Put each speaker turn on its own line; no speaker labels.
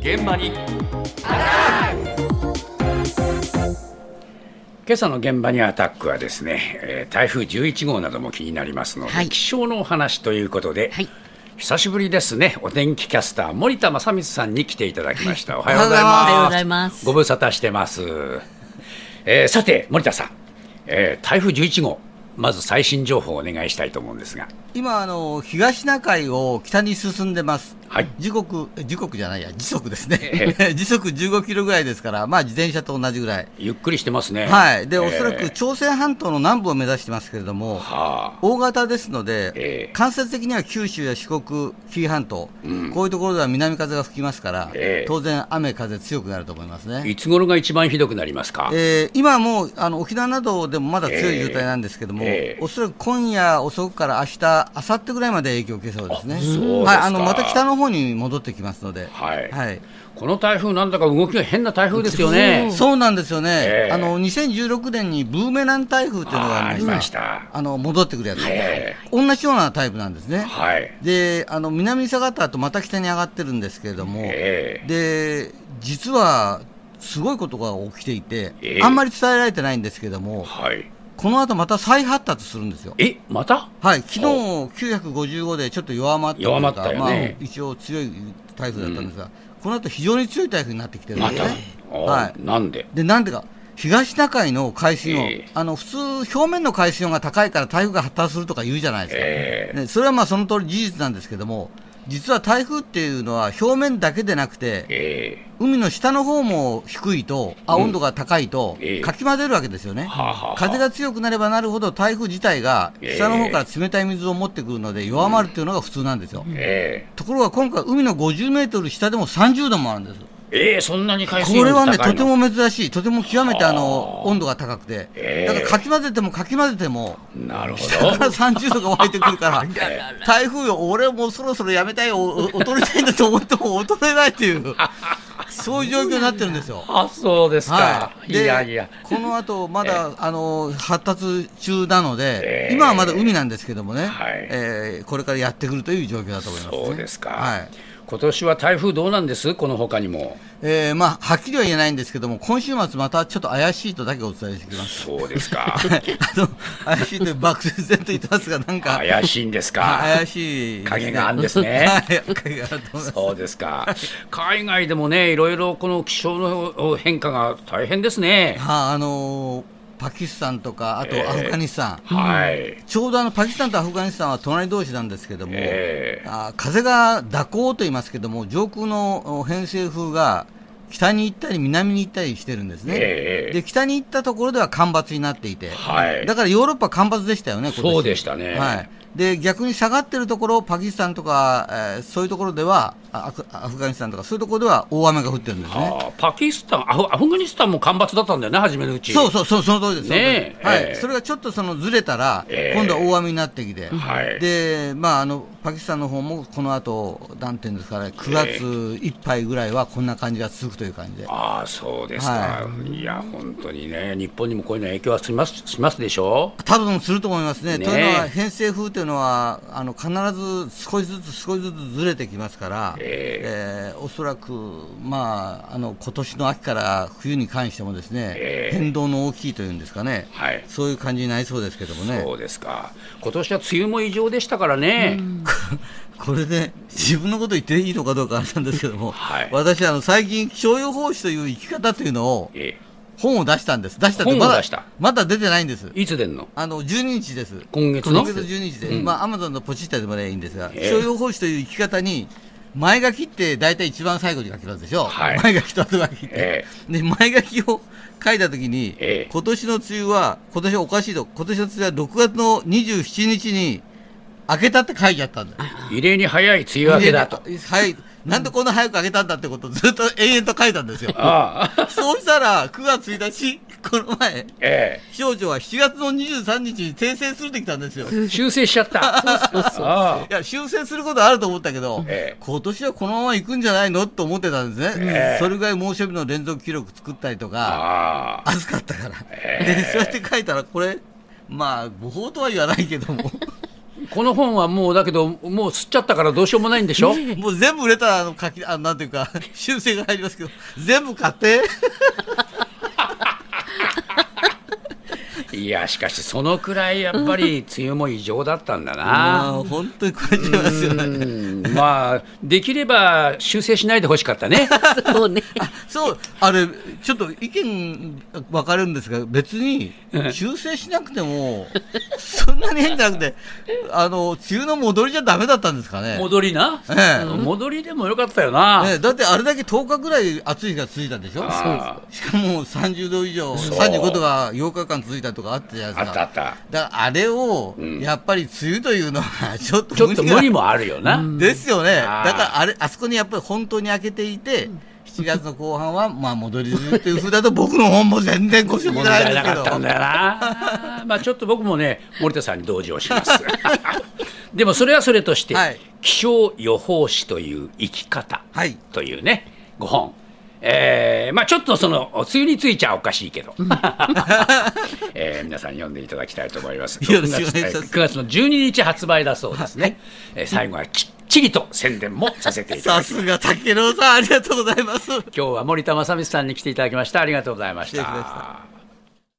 現場に
今朝の現場にアタックはですね、えー台風11号なども気になりますので、
はい
気象のお話ということで、
はい
久しぶりですねお天気キャスター森田正光さんに来ていただきました、おは
い
ようございます
おはようござ います
ご無沙汰してます、えーさて森田さん、えー台風11号まず最新情報をお願いしたいと思うんですが
今あの東シナ海を北に進んでます、
はい
時刻え時刻じゃないや時速です
え
ね 時速15キロぐらいですからまあ自転車と同じぐらい、
ゆっくりしてますね
はいで、
えー
おそらく朝鮮半島の南部を目指してますけれども
はあ
大型ですので、
ええ
間接的には九州や四国紀伊半島、
うん
こういうところでは南風が吹きますから、
ええ
当然雨風強くなると思いますね
いつ頃が一番ひどくなりますか、
えー今もうあの沖縄などでもまだ強い状態なんですけども、
えーえー
おそらく今夜遅くから明日明後日ぐらいまで影響を受けそうですね
あそうですか
はい、あのまた北の方に戻ってきますので、
はい
はい
この台風なんだか動きが変な台風ですよね
そうなんですよね、
えー
あの2016年にブーメラン台風というのがありました
あーありました
あの戻ってくるやつ、
え
同じようなタイプなんですね、
ーはい
であの南に下がった後また北に上がってるんですけれども、
え
で実はすごいことが起きていて、
えー
あんまり伝えられてないんですけれども、
はい
この後また再発達するんですよ。
えまた
はい、昨日955でちょっと弱まったというか
弱まったよね
まあ、一応強い台風だったんですが、この後非常に強い台風になってきてるんで
ますた、
ね。
は、
はい
なんで
で、なんでか、東シナ海の海水温、
ええ
あの普通、表面の海水温が高いから台風が発達するとか言うじゃないですか、
ええ
ね、それはまあその通り事実なんですけども、実は台風っていうのは表面だけでなくて、
え
海の下の方も低いと、あ温度が高いと、
ええ
かき混ぜるわけですよね。
ーはあはあはあ
風が強くなればなるほど台風自体が
ええ
下の方から冷たい水を持ってくるので弱まるというのが普通なんですよ、
え
ところが今回海の50メートル下でも30度もあるんです
ー、えー、そんなに海水
これ
温
は
が
ね
高い
と
の
ても珍しいとても極めてあ
はあ
の温度が高くて、
ええ
だからかき混ぜてもかき混ぜても
なるほど
だから30度が湧いてくる から
え
台風よ俺もうそろそろやめたいよおお衰えたいんだと思っても衰えないという そういう状況になってるんですよ
あそうですか、い、
で
やいや
この後 まだ、あの発達中なので、
ええ
今はまだ海なんですけどもね、
はい
えーこれからやってくるという状況だと思います、ね。
そうですか、
はい
今年は台風どうなんですこの他にも
えーまあ、はっきりは言えないんですけども、今週末またちょっと怪しいとだけお伝えして きます。
そうです か
あの怪しいという漠然と言ってますが、なんか
怪しいんですか
怪しいですね、
影があるんですね
はい、影があると思います。
そうですか海外でもねいろいろこの気象の変化が大変ですね
はあ、あのーパキスタンとか、あと
ええ
アフガニスタン。
はい、
ちょうどあのパキスタンとアフガニスタンは隣同士なんですけども、
ええ
あー風が蛇行と言いますけども、上空のお偏西風が北に行ったり南に行ったりしてるんですね、
ええ
で北に行ったところでは干ばつになっていて、
はい
だからヨーロッパ、干ばつでしたよね、今年
そうでしたね
はい、で逆に下がってるところ、パキスタンとか、えーそういうところではあアフ、アフガニスタンとか、そういうところでは大雨が降ってるんですね。
ああパキスタンアフ、アフガニスタンも干ばつだったんだよね、初めのうち。
そうそうそう、 その通りです、
ねえ
その通り
ええ
ですはい、それがちょっとそのずれたら、
ええ
今度は大雨になってきて、
はい
でまあ、あのパキスタンの方もこの後なんていうんですかね、9月いっぱいぐらいはこんな感じが続くという感じで、
ああ、そうですか、、
はい
や、本当にね、日本にもこういうの影響はしますしますでしょ
多分すると思いますね。
ねえ
というのは、偏西風というのはあの必ず少しずつ少しずつずれてきますから、
え
えーおそらく、まあ、あの今年の秋から冬に関してもですね、
ええ
変動の大きいというんですかね、
はい
そういう感じになりそうですけどもね。
そうですか、今年は梅雨も異常でしたからね、
これで自分のこと言っていいのかどうかあれなんですけども、
はい
私あの最近気象予報士という生き方というのを
え
本を出したんです出したって
本
ま
を
だ
出した
まだ出てないんです
えいつ出んの
あの12日です
今月の
今月12日で、
うん
まあアマゾンのポチったでもらえばいいんですが、
ええ
気象予報士という生き方に前書きって大体一番最後に書きますでしょ、
はい
前書きと後書きって、
え
で前書きを書いた時に、
ええ
今年の梅雨は今年はおかしいと今年の梅雨は6月の27日に明けたって書いちゃったんだ
異例に早い梅雨明けだと。。
はい。なんでこんな早くあげたんだってことをずっと延々と書いたんですよ
ああ、
そうしたら、9月1日、この前、
え
気象庁は7月の23日に訂正するってきたんですよ。い
え修正しちゃ った。ああ
や、修正することはあると思ったけど、
ええ
今年はこのまま行くんじゃないのと思ってたんですね。
ええ
それぐらい猛暑日の連続記録作ったりとか、
ああ、
暑かったから。
ええ
で、そうやって書いたら、これ、まあ、誤報とは言わないけども、
この本はもうだけどもう吸っちゃったからどうしようもないんでしょ
もう全部売れたらあの書きあなんていうか修正が入りますけど全部買って
いやしかしそのくらいやっぱり梅雨も異常だったんだ
あ
な
あ本当にこれちゃいますよ
う
ね
んまあできれば修正しないでほしかった ね
そうね。
そうあれちょっと意見分かれるんですが別に修正しなくてもそんなに変じゃなくてあの梅雨の戻りじゃダメだったんですかね
戻りな、
ええ
戻りでもよかったよな、
ね、だってあれだけ10日ぐらい暑い日が続いたんでしょ
あ
しかも30度以上
そう
35度が8日間続いたとかあったじゃないですか
あったあった
だからあれを、やっぱり梅雨というのはちょっと
ちょっと無理
も
もあるよな、
ですよねだ
あー
からあれあそこにやっぱり本当に開けていて7月の後半は まあ戻り梅雨というふうだと僕の本も全然ご心
問
配ない
題
で
な
すけ
か
ど
ったんだよな まあちょっと僕もね森田さんに同情します でもそれはそれとして、
はい
気象予報士という生き方
はい
というね5本えーまあちょっとその梅雨についちゃおかしいけど、 えー皆さん読んでいただきたいと思います
よろしくお願いします
6月9月の12日発売だそうですね、えー最後はきっちりと宣伝もさせていただき
さ
ます
すが竹郎さんありがとうございます
今日は森田正光さんに来ていただきましたありがとうございまし
失礼しました